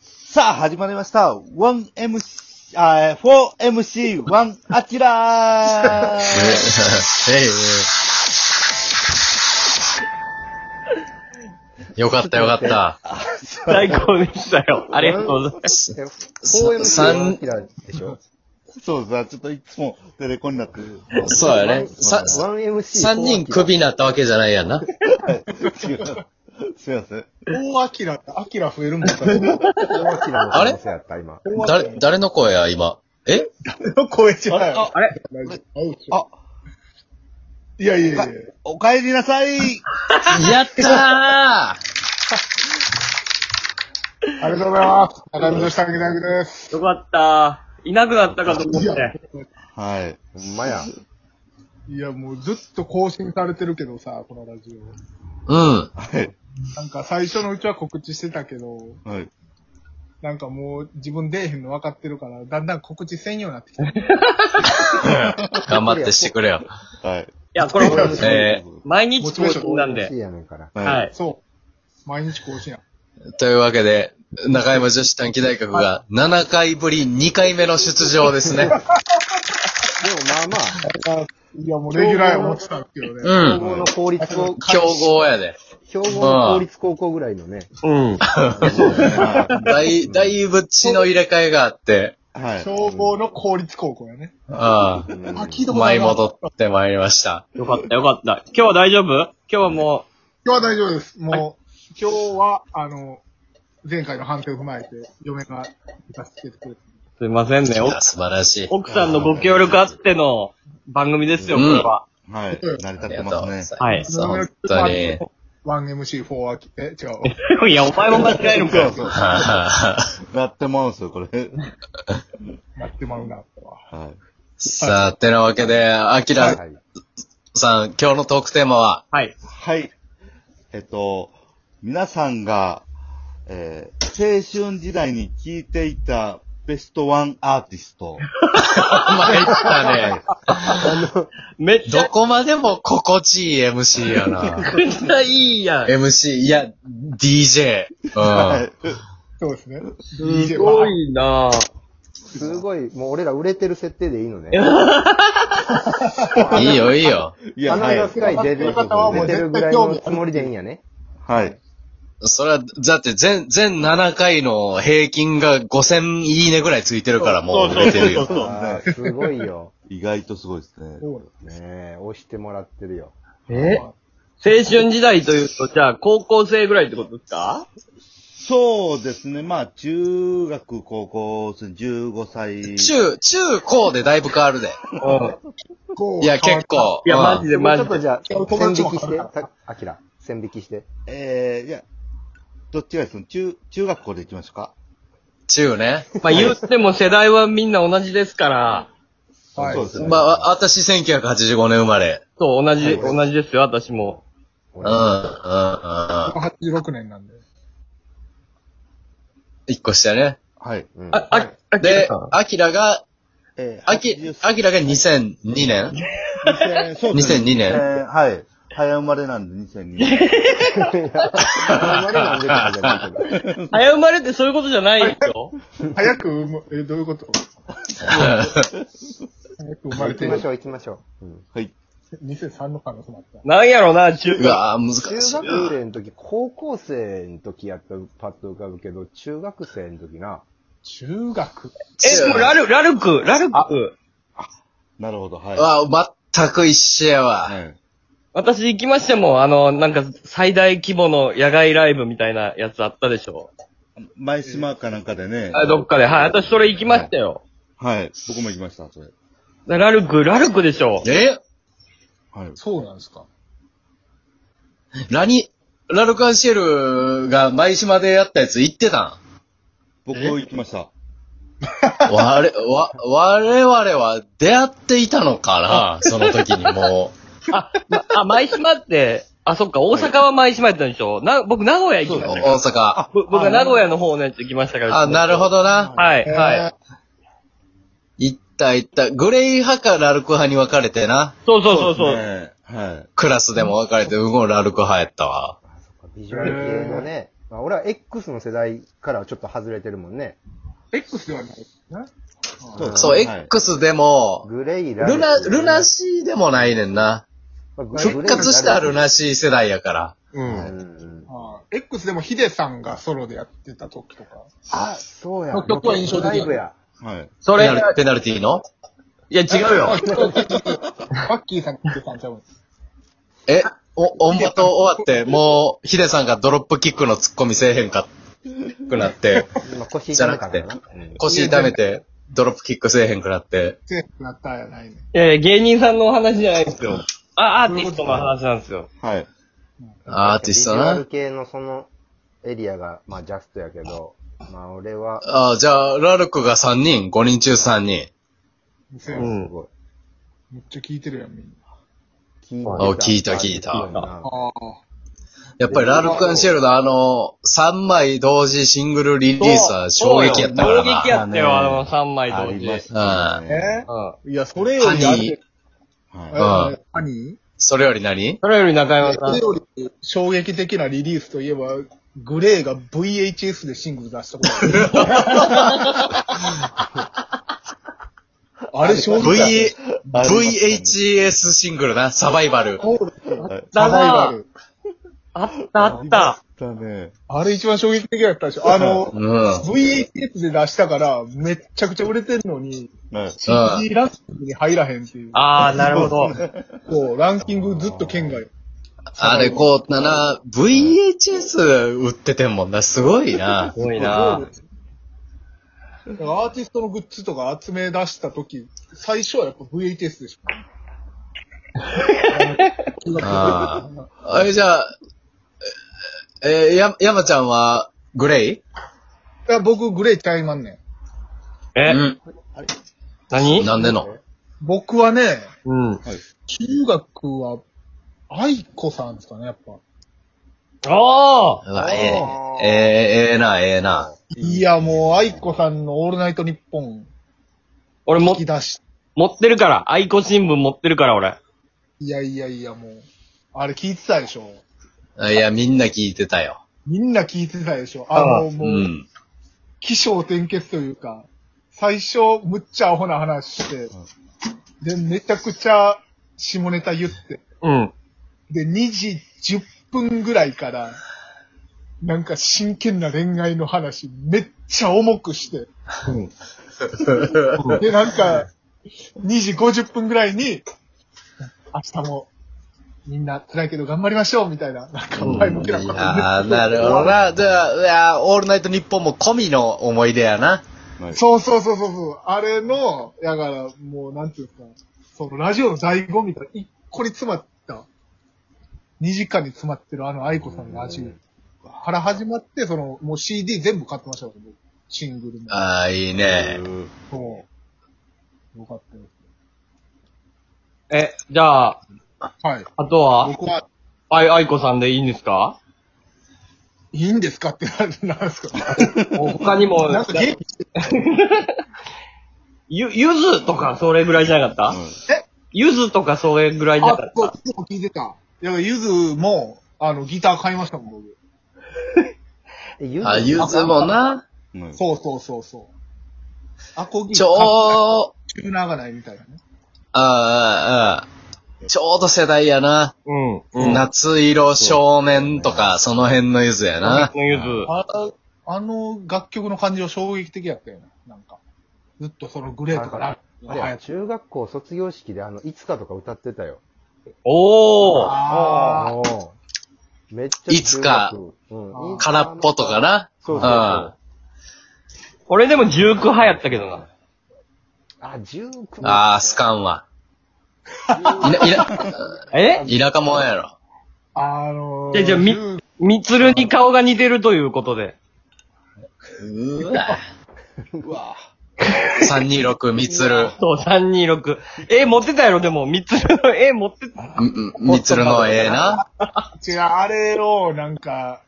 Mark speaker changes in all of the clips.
Speaker 1: さあ、始まりました。1MC、あー、4MC1 アキラ
Speaker 2: え
Speaker 1: ー
Speaker 2: え よかったよかった。
Speaker 3: 最高でしたよ。 ありがとうございます。
Speaker 2: 三、
Speaker 1: そうさ、ちょっといつもテレコになってる。
Speaker 2: そうやね。さ三人クビになったわけじゃないやんな。
Speaker 1: 違う。すいません。
Speaker 4: 大アキラって、アキラ増えるもんだ。
Speaker 2: あれ誰、誰の声や、今。え
Speaker 4: の声じゃない。
Speaker 1: あ
Speaker 3: あれ
Speaker 1: あ、
Speaker 4: いやいやいや。
Speaker 1: お帰りなさい
Speaker 2: やったー
Speaker 4: ありがとうございます。高見の下着大学です。
Speaker 3: よかった。いなくなったかと思って。
Speaker 1: はい。
Speaker 4: いや、もうずっと更新されてるけどさ、このラジオ。
Speaker 2: うん。
Speaker 1: はい。
Speaker 4: なんか最初のうちは告知してたけど、
Speaker 1: はい。
Speaker 4: なんかもう自分出えへんの分かってるから、だんだん告知せんようになってきた。
Speaker 2: 頑張ってしてくれよ。
Speaker 1: はい。
Speaker 3: いや、これ、
Speaker 2: え
Speaker 3: 毎日更新なんで。は
Speaker 1: はい。
Speaker 3: い。
Speaker 4: そう。毎日更新や。
Speaker 2: ーというわけで、中山女子短期大学が7回ぶり2回目の出場です ね。
Speaker 4: いや、もうレギュラーや思ってたけどね。
Speaker 2: う
Speaker 5: 強
Speaker 2: ん。
Speaker 5: 豪の公立高、
Speaker 2: 競合やで。
Speaker 5: 強豪の公立高校ぐらいのね。
Speaker 3: うん。
Speaker 2: だい、だいぶ血の入れ替えがあって、
Speaker 1: はい。
Speaker 4: 消防の公立高校やね。
Speaker 2: ああ、
Speaker 4: あ、聞いたことあ
Speaker 2: 舞い
Speaker 4: るな今
Speaker 2: 戻ってまいりました。
Speaker 3: よかった、よかった。今日は大丈夫今日はも
Speaker 4: 日は大丈夫です。もう、今日は、あの、前回の判定を踏まえて、嫁が助けてくれて。
Speaker 3: う、すいませんね。
Speaker 2: い
Speaker 3: お
Speaker 2: や素晴らしい。
Speaker 3: 奥さんのご協力あっての番組ですよ、これは。
Speaker 1: はい。成り立っ
Speaker 2: あり
Speaker 1: て
Speaker 2: が
Speaker 1: ま
Speaker 2: とうございますす。
Speaker 1: ね。
Speaker 3: はい
Speaker 2: 本当に。
Speaker 4: 1MC4 アキ、え、違う。
Speaker 3: いや、お前も間違えるもん
Speaker 1: そうそう。
Speaker 2: さ
Speaker 1: なってまうんすよ、これ。
Speaker 4: やってまうな、とは。
Speaker 1: は
Speaker 2: あ、てなわけで、アキ
Speaker 5: は
Speaker 2: ラ
Speaker 5: い。
Speaker 2: さん、今日のトークテーマは、
Speaker 3: はい。
Speaker 1: い。はい。えっと、皆さんが、えー青春時代に聴いていたベストワンアーティスト。
Speaker 2: 参ったね。
Speaker 3: めっち
Speaker 2: ど
Speaker 3: ゃ
Speaker 2: こまでも心地いい MC やな。
Speaker 3: くちゃいいやん。
Speaker 2: MC、いや、DJ。うん。
Speaker 4: そうですね。
Speaker 3: すごいなぁ。
Speaker 5: すごい、もう俺ら売れてる設定でいいのね。
Speaker 2: いいよ、いいよ。
Speaker 1: い
Speaker 5: あ
Speaker 1: や、
Speaker 5: の
Speaker 1: はい。
Speaker 5: 間くらい出てる出てるぐらいのつもりでいいんやね。
Speaker 1: はい。
Speaker 2: それは、だって全、全7回の平均が5000いいねぐらいついてるからもう売れてるよ。
Speaker 5: あーすごいよ。
Speaker 1: 意外とすごいですね。
Speaker 4: そう
Speaker 5: ねえ、押してもらってるよ。
Speaker 3: え青春時代というと、じゃあ、高校生ぐらいってことですか
Speaker 1: そうですね。まあ、中学、高校、そう15歳。
Speaker 2: 中、中高でだいぶ変わるで。
Speaker 3: うん。
Speaker 4: こう
Speaker 2: いや、結。構。
Speaker 3: いや、マジ
Speaker 2: で。
Speaker 3: で
Speaker 5: もう
Speaker 3: マ
Speaker 5: ちょ
Speaker 3: ジ
Speaker 5: っと。
Speaker 3: で
Speaker 5: じゃあ、
Speaker 4: 友
Speaker 5: 線引
Speaker 4: 達も
Speaker 5: きして、たアキラ、線引きして。
Speaker 1: えー、いや、どっちがです中、中学校で行きましょうか。
Speaker 2: 中ね。
Speaker 3: まあ言っても世代はみんな同じですから、
Speaker 4: はい
Speaker 1: そうですね。
Speaker 2: まあ、私1985年生まれ。
Speaker 3: そう、同じ、同じですよ、私も。
Speaker 2: うん、うん、うん。
Speaker 4: 86年なんで。
Speaker 2: 一個下ね。
Speaker 1: はい。
Speaker 5: うん
Speaker 3: あ、あ、あ、
Speaker 2: で
Speaker 3: けど、
Speaker 2: アキラが、
Speaker 1: えー、
Speaker 2: アキ、アキラが2002年
Speaker 1: 2000そうですねえ
Speaker 2: ?2002 年
Speaker 1: ー、はい。早生まれなんで、2002年。
Speaker 5: あんまり飲んでたんじゃないけど
Speaker 3: さ早生まれってそういうことじゃないですよ。
Speaker 4: 早く産む、え、どういうこと早く生まれ
Speaker 5: 行
Speaker 4: て
Speaker 5: きまし
Speaker 4: る。
Speaker 5: ょう、行きましょう。うん
Speaker 1: はい。
Speaker 4: 2003の可能性もあっ
Speaker 3: なんやろな、中
Speaker 2: うわぁ、難
Speaker 5: 中
Speaker 2: しい。
Speaker 5: 学生の時、高校生の時やったらパッと浮かぶけど、中学生の時な。
Speaker 4: た。中学
Speaker 3: え、でもラル、ラルク、ラルク。
Speaker 1: なるほど、はい。
Speaker 2: うわぁ、全く一緒やわ。
Speaker 1: はい。
Speaker 3: 私行きましてもん、あの、なんか最大規模の野外ライブみたいなやつあったでしょ。
Speaker 1: 前島かなんかでね。
Speaker 3: あどっかで。はい、私それ行きましたよ。
Speaker 1: はい。僕も行きました、それ。
Speaker 3: でラルク、ラルクでしょ。
Speaker 2: え
Speaker 1: はい。
Speaker 4: そうなんですか。
Speaker 2: ラニ、ラルカンシェルが舞島でやったやつ行ってた
Speaker 1: 僕も行きました。
Speaker 2: ん我々、わ、我々は出会っていたのかなその時にも
Speaker 3: あ、まあ、舞島って、あ、そっか、大阪は舞島やったんでしょ。な、僕名古屋行き
Speaker 2: う。
Speaker 3: ましたか
Speaker 2: 大
Speaker 3: ら
Speaker 2: 阪。
Speaker 3: ぼ僕は名古屋の方のやつ行きましたから。
Speaker 2: あ、なるほどな。
Speaker 3: はい、はい。
Speaker 2: 行った行った。グレイ派かラルク派に分かれてな。
Speaker 3: そうそうそうそう。
Speaker 1: ねはい。
Speaker 2: クラスでも分かれて、うん、ラルク派やったわ。
Speaker 5: ビジュアル系のね、まあ、俺は X の世代からはちょっと外れてるもんね。
Speaker 4: X ではないですね。
Speaker 1: そうです
Speaker 2: そう、
Speaker 1: ね
Speaker 2: X でも、
Speaker 5: グレイラ
Speaker 2: ルナ、ルナシーでもないねんな。
Speaker 5: まあグレイ
Speaker 2: 復活したルナシー世代やから。
Speaker 4: う。
Speaker 5: うんん。
Speaker 4: あー X でもヒデさんがソロでやってた時とか。
Speaker 5: あ、そうや。
Speaker 4: の曲は印象的だ
Speaker 5: ライブや。
Speaker 1: はい。
Speaker 3: そ
Speaker 2: ペ
Speaker 3: れ
Speaker 2: ナルペナルティーの
Speaker 3: いや違うよ。
Speaker 4: バッキーさんがヒデさんちゃうんです。
Speaker 2: え、お、オンバト終わって、もう、ヒデさんがドロップキックの突っ込みせえへんか、くな って、
Speaker 5: まあ、腰痛めたから
Speaker 2: じゃ
Speaker 5: な。うん
Speaker 2: 腰痛めて、ドロップキックせえへんくなって、
Speaker 4: セーフなったんやないね。
Speaker 3: いやいや、芸人さんのお話じゃないですよ。あ、アーティストの話なんですよ。
Speaker 1: はい。
Speaker 2: アーティスト
Speaker 5: ビジュアル
Speaker 2: な。
Speaker 5: 系のそのエリアが、まあ、ジャストやけど、まあ、俺は、
Speaker 2: ああ、じゃあ、ラルクが3人、5人中3人。
Speaker 4: セ
Speaker 5: す
Speaker 4: ーフめっ
Speaker 5: ごい。
Speaker 4: ちゃ聞いてるやん、みんな。
Speaker 5: 聞い
Speaker 2: あ聞いた聞いた
Speaker 5: な
Speaker 4: ああ。
Speaker 2: やっぱりラルクアンシェルのあの、3枚同時シングルリリースは衝撃やったから
Speaker 3: 衝
Speaker 2: な
Speaker 3: 撃。やったよ、
Speaker 1: ま
Speaker 3: あ
Speaker 1: あね
Speaker 3: の3枚
Speaker 1: あ
Speaker 3: 同
Speaker 1: り
Speaker 3: 時。
Speaker 1: ま
Speaker 3: で
Speaker 1: した
Speaker 4: え
Speaker 1: ね。
Speaker 3: うん。
Speaker 4: いや、それよりあ
Speaker 2: ハ
Speaker 4: れ
Speaker 2: ニー
Speaker 1: はい。
Speaker 4: あハニ
Speaker 2: それより何
Speaker 3: それより中山
Speaker 4: ー
Speaker 3: さ
Speaker 4: それ
Speaker 3: ん。
Speaker 4: より衝撃的なリリースといえば、グレーが VHS でシングル出 したことある。あれ衝撃だ
Speaker 2: V、VHS シングルな、サバイバル。
Speaker 4: サバイバル。
Speaker 3: あったあった。
Speaker 1: だね。
Speaker 4: あれ一番衝撃的だったでしょ。あの、
Speaker 2: うん。
Speaker 4: VHS で出したから、めっちゃくちゃ売れてるのに、
Speaker 1: はい。
Speaker 2: うん。
Speaker 4: CD ランキングに入らへんっていう。
Speaker 3: ああ、なるほど。
Speaker 4: こう、ランキングずっと県外。
Speaker 2: あれこうなな、VHS 売っててんもんな、すごいな
Speaker 3: す。ごいな。
Speaker 4: だからアーティストのグッズとか集め出した時、最初はやっぱ VHS でしょ。
Speaker 2: ああ。あれじゃあ、えー、や、山ちゃんは、グレイ
Speaker 4: いや僕、グレーちゃいまんねん。
Speaker 3: え、
Speaker 2: ん。
Speaker 3: 何
Speaker 2: なんでの
Speaker 4: 僕はね、
Speaker 3: うん。
Speaker 4: 中学は、愛子さんですかね、やっぱ。
Speaker 3: あ
Speaker 2: うわええ、ええ、ええな、ええな。
Speaker 4: いや、もう、愛子さんのオールナイトニッポン、
Speaker 3: 俺も
Speaker 4: 引、き出し。
Speaker 3: 持ってるから。愛子新聞持ってるから、俺。
Speaker 4: いやいやいや、もう、あれ聞いてたでしょ。
Speaker 2: いや、みんな聞いてたよ。
Speaker 4: みんな聞いてたでしょ。あの、
Speaker 2: う
Speaker 4: もう、
Speaker 2: ん。
Speaker 4: 起承転結というか、最初、むっちゃアホな話して、で、めちゃくちゃ下ネタ言って、
Speaker 3: うん。
Speaker 4: で、2時10分ぐらいから、なんか真剣な恋愛の話、めっちゃ重くして、で、なんか、2時50分ぐらいに、明日も、みんな辛いけど頑張りましょうみたいな、なんか前向きなこと言って
Speaker 2: ああ、なるほどな。じゃあ、いや、オールナイトニッポンも込みの思い出やな。
Speaker 1: はい。
Speaker 4: そうそうそうそうそう。あれの、やから、もう、なんていうんですか、そのラジオの醍醐味が一個に詰まった、2時間に詰まってるあの愛子さんのラジオから始まって、その、もう CD 全部買ってましたよ、僕シングルも。
Speaker 2: ああ、いいね。
Speaker 4: そう。よかったで
Speaker 3: え、じゃあ、
Speaker 4: す。はい。
Speaker 3: あとは、
Speaker 4: 僕は、
Speaker 3: あい、愛子さんでいいんですか
Speaker 4: いいんですかってな、なんですか
Speaker 3: 他にも、
Speaker 4: なんかゲームして
Speaker 3: ゆ、ゆずとかそれぐらいじゃなかったゆずとかそれぐらいじゃなか
Speaker 4: あ
Speaker 3: っ、
Speaker 4: そう
Speaker 3: た、
Speaker 4: いつも聞いてた。いや、ゆずも、あの、ギター買いましたもん、僕。
Speaker 5: えゆず
Speaker 2: あ、ゆずもな。
Speaker 1: うんうん
Speaker 4: そうそうそうそう。アコギ
Speaker 2: ちょう、
Speaker 4: チューナーがないみたいなね。
Speaker 2: ああ、ああ、ちょうど世代やな。
Speaker 3: うん。うん。
Speaker 2: 夏色少年とか、その辺のゆずやな。
Speaker 3: のゆず。
Speaker 4: ああの楽曲の感じは衝撃的やったよね。なんか。ずっとそのグレーとかラッ
Speaker 5: いや中学校卒業式で、あの、いつかとか歌ってたよ。
Speaker 3: おー。
Speaker 4: ああ。
Speaker 5: おーめっちゃ
Speaker 2: いつか
Speaker 5: 中学
Speaker 4: あー
Speaker 2: 空っぽとか。な。
Speaker 5: そうそうそう。あ
Speaker 3: 俺でも19派やったけどな。、
Speaker 5: 19
Speaker 2: ああ、スカンは。いな、い
Speaker 3: え
Speaker 2: な、田舎もんやろ。
Speaker 4: あの
Speaker 3: じゃあ、じゃあ、み、みつるに顔が似てるということで。
Speaker 2: うわ。326、みつる。
Speaker 3: そう、326。え、持ってたやろ、でも、みつるの絵持ってた。
Speaker 2: みつるのええな。
Speaker 4: 違う、あれを、なんか、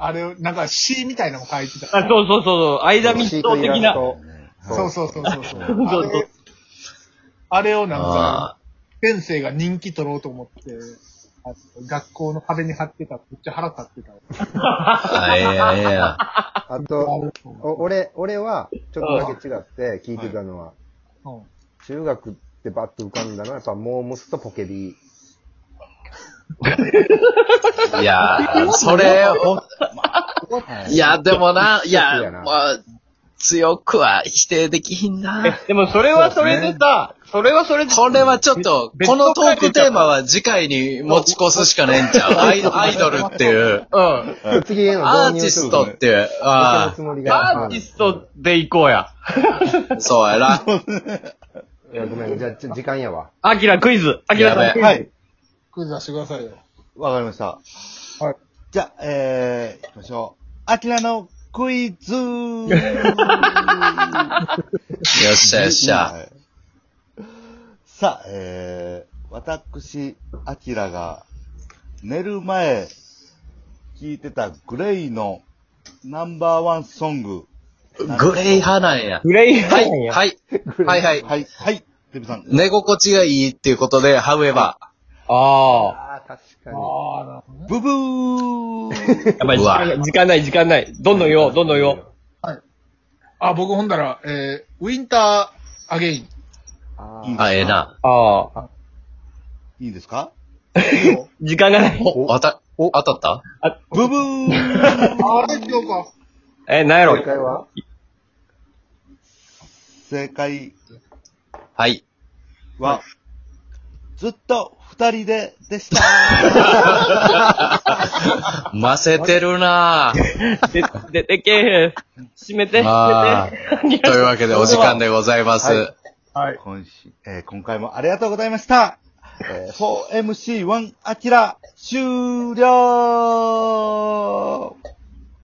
Speaker 4: あれを、なんか詩みたいなのも書いてた。
Speaker 3: あ、そうそうそうそう、間密
Speaker 5: シー
Speaker 3: 道
Speaker 5: クイ
Speaker 3: 的
Speaker 5: ラ
Speaker 3: な。
Speaker 5: スト
Speaker 4: そうそうそうそうそう。
Speaker 3: そ
Speaker 4: あ
Speaker 3: うそう
Speaker 4: れあれをなん
Speaker 2: あ
Speaker 4: か、先生が人気取ろうと思って、ああの学校の壁に貼ってた、めっちゃ腹立ってた。
Speaker 2: あ、ええやええや。
Speaker 5: あと、お俺、俺は、ちょっとだけ違って聞いてたのは、
Speaker 4: うん。
Speaker 5: 中学ってバッと浮かんだのは、やっぱモームスとポケビ
Speaker 2: いやー、それ、ほいや、でもな、い
Speaker 5: 強く
Speaker 2: や、
Speaker 5: やな
Speaker 2: まあ、強くは否定できひんな。
Speaker 3: でもそれはそれでさ、それはそれで、
Speaker 2: これはちょっと、このトークテーマは次回に持ち越すしかねえんちゃう。アイアイドルっていう、
Speaker 3: うん。
Speaker 5: ー。次への
Speaker 2: アーティ
Speaker 5: 導入す
Speaker 2: ス
Speaker 5: る
Speaker 2: トっていう、あ
Speaker 5: そのつもりが。
Speaker 3: アーティストで行こうや。
Speaker 2: あ、そうやな。
Speaker 5: いや、ごめん、じゃあ、ちょ時間やわ。
Speaker 3: アキラクイズ。アキラ
Speaker 2: や
Speaker 3: さ
Speaker 2: べ
Speaker 3: ん。
Speaker 1: はい。
Speaker 4: クイズ出してくださいよ。
Speaker 1: わかりました。
Speaker 4: はい。
Speaker 1: じゃあ、えー、行きましょう。アキラのクイズよ
Speaker 2: よっしゃよっしゃ。
Speaker 1: さあ、えー、私、アキラが、寝る前、聴いてたグレイのナンバーワンソング。
Speaker 2: グレイ派なんや。
Speaker 3: グレイ
Speaker 2: は
Speaker 3: ハイ
Speaker 2: い、
Speaker 3: や。
Speaker 2: はい、はい、はい。
Speaker 1: はい、はい、デビさん。
Speaker 2: 寝心地がいいっていうことで、ハウエバ
Speaker 3: ああ。
Speaker 5: ああ、確かに。
Speaker 4: ああ、なるほどね。
Speaker 1: ブブー
Speaker 3: やばい、時間ない時間ない、時間ない。どんどん言おう、どんどん言おう。
Speaker 4: あ、僕ほんだら、えー、ウィンターアゲイン。
Speaker 5: あ
Speaker 1: いいな
Speaker 2: あ、ええ
Speaker 5: ー
Speaker 2: な。
Speaker 3: ああ。
Speaker 1: いいですか
Speaker 3: 時間がない。
Speaker 2: お、あた、当たった
Speaker 1: ブブー
Speaker 4: あれ、どうか。
Speaker 3: え、なんや
Speaker 5: 正
Speaker 3: ろ。
Speaker 5: 解は
Speaker 1: 正解
Speaker 2: はい。
Speaker 1: は、ずっと二人ででした。
Speaker 2: ませてるなぁ。
Speaker 3: で、で、でけえへん。閉め て、
Speaker 2: まあ
Speaker 3: 閉めて。
Speaker 2: というわけでお時間でございます。
Speaker 1: は
Speaker 4: はい。
Speaker 1: 今週、えー今回もありがとうございました。 えー 4MC1 アキラ終了